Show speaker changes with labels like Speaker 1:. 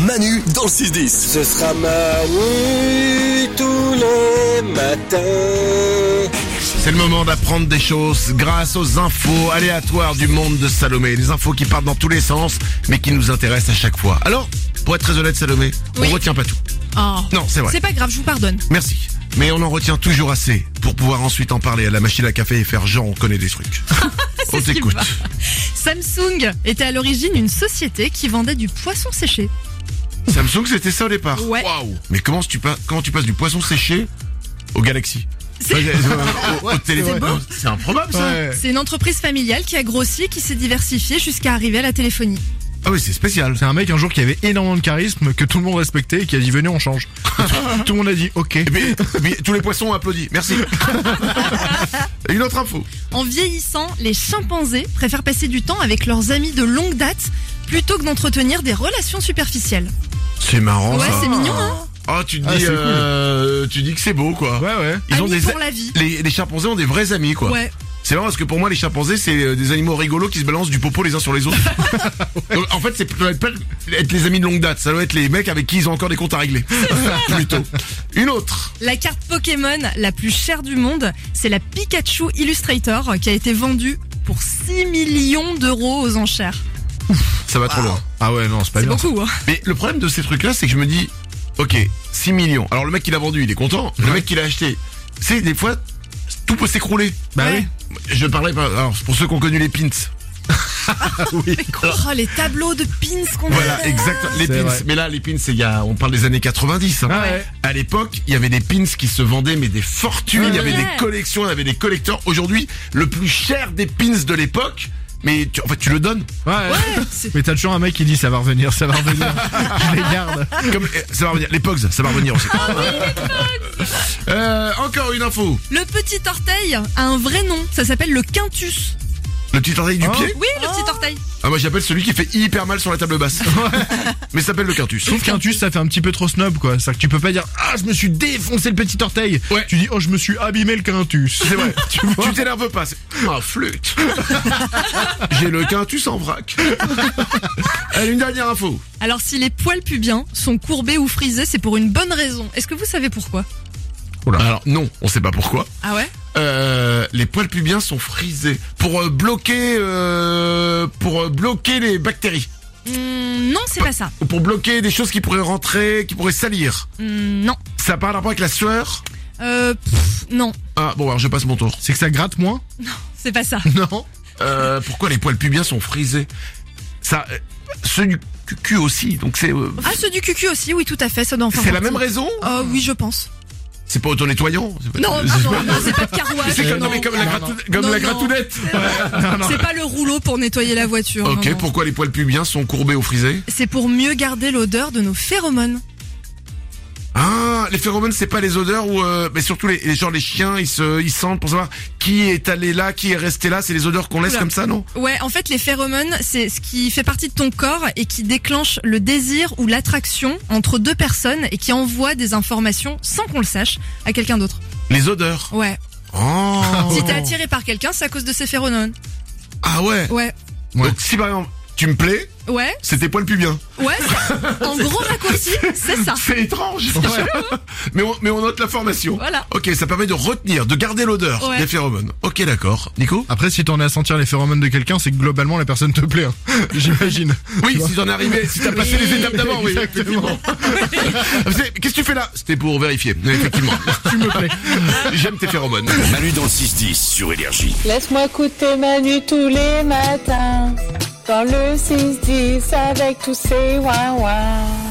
Speaker 1: Manu dans le 6-10.
Speaker 2: Ce sera Manu tous les matins.
Speaker 3: C'est le moment d'apprendre des choses grâce aux infos aléatoires du monde de Salomé. Les infos qui partent dans tous les sens, mais qui nous intéressent à chaque fois. Alors, pour être très honnête, Salomé,
Speaker 4: Oui.
Speaker 3: on retient pas tout.
Speaker 4: Oh.
Speaker 3: Non, c'est vrai.
Speaker 4: C'est pas grave, je vous pardonne.
Speaker 3: Merci. Mais on en retient toujours assez pour pouvoir ensuite en parler à la machine à café et faire genre on connaît des trucs.
Speaker 4: C'est
Speaker 3: on
Speaker 4: ce qui me
Speaker 3: t'écoute.
Speaker 4: va. Samsung était à l'origine une société qui vendait du poisson séché.
Speaker 3: Samsung, c'était ça au départ.
Speaker 4: Ouais.
Speaker 3: Waouh. Mais comment tu, pas, comment tu passes du poisson séché au Galaxy Ouais, au- au télé-
Speaker 4: c'est beau.
Speaker 3: Non, C'est improbable ça.
Speaker 4: C'est une entreprise familiale qui a grossi, qui s'est diversifiée jusqu'à arriver à la téléphonie.
Speaker 3: Ah oui, c'est spécial.
Speaker 5: C'est un mec un jour qui avait énormément de charisme, que tout le monde respectait et qui a dit venez on change. tout, tout le monde a dit ok.
Speaker 3: Et puis- puis tous les poissons ont applaudi. Merci. Et Une autre info.
Speaker 4: En vieillissant, les chimpanzés préfèrent passer du temps avec leurs amis de longue date plutôt que d'entretenir des relations superficielles.
Speaker 3: C'est marrant
Speaker 4: ouais,
Speaker 3: ça.
Speaker 4: c'est mignon, hein
Speaker 3: Ah, tu te
Speaker 5: Ah,
Speaker 3: dis,
Speaker 5: c'est cool.
Speaker 3: euh, tu dis que c'est beau quoi.
Speaker 5: Ouais ouais.
Speaker 3: Ils ont
Speaker 4: Amis
Speaker 3: des
Speaker 4: pour la vie.
Speaker 3: les, les chimpanzés ont des vrais amis quoi.
Speaker 4: Ouais.
Speaker 3: C'est marrant parce que pour moi les chimpanzés c'est euh, des animaux rigolos qui se balancent du popo les uns sur les autres. Donc, en fait c'est peut être pas être les amis de longue date, ça doit être les mecs avec qui ils ont encore des comptes à régler. Plutôt. Une autre.
Speaker 4: La carte Pokémon la plus chère du monde, c'est la Pikachu Illustrator qui a été vendue pour 6 millions d'euros aux enchères.
Speaker 3: Ça va trop loin.
Speaker 5: Ah ouais non c'est pas
Speaker 4: C'est
Speaker 5: bien.
Speaker 4: beaucoup, hein
Speaker 3: Mais le problème de ces trucs là c'est que je me dis OK, 6 millions. Alors le mec qui l'a vendu, il est content. Le mec qui l'a acheté, c'est des fois tout peut s'écrouler.
Speaker 5: Bah
Speaker 4: Ouais.
Speaker 3: Je parlais pas alors pour ceux qui ont connu les pins. oui. Alors,
Speaker 4: Oh, les tableaux de pins qu'on
Speaker 3: Voilà,
Speaker 4: avait.
Speaker 3: exact. Les
Speaker 5: C'est
Speaker 3: pins.
Speaker 5: vrai.
Speaker 3: Mais là, les pins, c'est il y a, on parle des années 90. hein.
Speaker 5: Ah ouais.
Speaker 3: À l'époque, il y avait des pins qui se vendaient, mais des fortunes.
Speaker 4: Ouais.
Speaker 3: Il y avait
Speaker 4: Ouais.
Speaker 3: des collections, il y avait des collecteurs. Aujourd'hui, le plus cher des pins de l'époque, mais tu, en fait, tu le donnes.
Speaker 5: Ouais.
Speaker 4: Ouais, c'est-
Speaker 5: Mais t'as toujours un mec qui dit ça va revenir, ça va revenir. Je les garde.
Speaker 3: Comme, eh, ça va revenir. Les Pogs, ça va revenir aussi.
Speaker 5: Ah
Speaker 3: Euh, encore une info.
Speaker 4: Le petit orteil a un vrai nom, ça s'appelle le quintus.
Speaker 3: Le petit orteil du
Speaker 5: Oh.
Speaker 3: pied.
Speaker 4: Oui, le petit orteil.
Speaker 3: Ah, moi, j'appelle celui qui fait hyper mal sur la table basse. mais ça s'appelle le quintus.
Speaker 5: Sauf qu'intus ça fait un petit peu trop snob quoi. C'est-à-dire que tu peux pas dire ah je me suis défoncé le petit orteil.
Speaker 3: Ouais.
Speaker 5: Tu dis oh je me suis abîmé le quintus.
Speaker 3: C'est vrai.
Speaker 5: tu vois.
Speaker 3: Tu t'énerves pas. c'est- Ah, flûte. J'ai le quintus en vrac. Allez, une dernière info.
Speaker 4: Alors si les poils pubiens sont courbés ou frisés, c'est pour une bonne raison. Est-ce que vous savez pourquoi
Speaker 3: Alors, non, on sait pas pourquoi.
Speaker 4: Ah ouais
Speaker 3: Euh, les poils pubiens sont frisés pour euh, bloquer euh, pour euh, bloquer les bactéries
Speaker 4: Hmm, Non, c'est pas ça.
Speaker 3: ou pour bloquer des choses qui pourraient rentrer, qui pourraient salir.
Speaker 4: Hmm, non.
Speaker 3: Ça parle rapport avec la sueur
Speaker 4: Euh, pff, non,
Speaker 3: Ah bon, alors je passe mon tour.
Speaker 5: C'est que ça gratte moins
Speaker 4: c'est pas ça.
Speaker 5: Non.
Speaker 3: Euh, pourquoi les poils pubiens sont frisés Ça euh, ceux du cul aussi. Donc c'est euh,
Speaker 4: Ah, ceux du cucu aussi, oui, tout à fait, ça doit en faire
Speaker 3: c'est la
Speaker 4: partie.
Speaker 3: même raison
Speaker 4: Oh oui, je pense.
Speaker 3: C'est pas auto-nettoyant c'est pas-
Speaker 4: Non, ah, non, non, c'est pas de carouage.
Speaker 3: C'est comme,
Speaker 4: non.
Speaker 3: non, mais comme la,
Speaker 5: non,
Speaker 3: gratou- comme
Speaker 4: Non,
Speaker 3: la
Speaker 4: non.
Speaker 3: gratounette.
Speaker 4: C'est pas le rouleau pour nettoyer la voiture. non,
Speaker 3: Ok,
Speaker 4: non.
Speaker 3: pourquoi les poils pubiens sont courbés ou frisés
Speaker 4: C'est pour mieux garder l'odeur de nos phéromones.
Speaker 3: Ah, les phéromones, c'est pas les odeurs ou euh, mais surtout les, les genre les chiens, ils se ils sentent pour savoir qui est allé là, qui est resté là, c'est les odeurs qu'on laisse
Speaker 4: Oula.
Speaker 3: comme ça, non
Speaker 4: Ouais, en fait, les phéromones, c'est ce qui fait partie de ton corps et qui déclenche le désir ou l'attraction entre deux personnes et qui envoie des informations sans qu'on le sache à quelqu'un d'autre.
Speaker 3: Les odeurs.
Speaker 4: Ouais.
Speaker 3: Oh.
Speaker 4: Si t'es attiré par quelqu'un, c'est à cause de ces phéromones.
Speaker 3: Ah ouais.
Speaker 4: Ouais.
Speaker 3: Donc si par exemple tu me plais,
Speaker 4: Ouais,
Speaker 3: c'est tes poils pubiens.
Speaker 4: ouais. c'est- en gros raccourci, c'est ça.
Speaker 3: C'est étrange. mais on mais on note la formation.
Speaker 4: Voilà.
Speaker 3: Ok, ça permet de retenir, de garder l'odeur
Speaker 4: Ouais.
Speaker 3: des phéromones. Ok, d'accord. Nico
Speaker 5: Après si t'en es à sentir les phéromones de quelqu'un, c'est que globalement la personne te plaît. hein. J'imagine. Tu
Speaker 3: Oui,
Speaker 5: vois.
Speaker 3: si j'en arrivais, si t'as passé
Speaker 4: Oui.
Speaker 3: les étapes d'avant, oui.
Speaker 5: Exactement.
Speaker 3: effectivement. Qu'est-ce que tu fais là C'était pour vérifier. Effectivement.
Speaker 5: tu me plais.
Speaker 3: J'aime tes phéromones.
Speaker 1: Manu dans le 6-10 sur Énergie.
Speaker 6: Laisse-moi écouter Manu tous les matins dans le 6-10 avec tous ces ouin-ouin.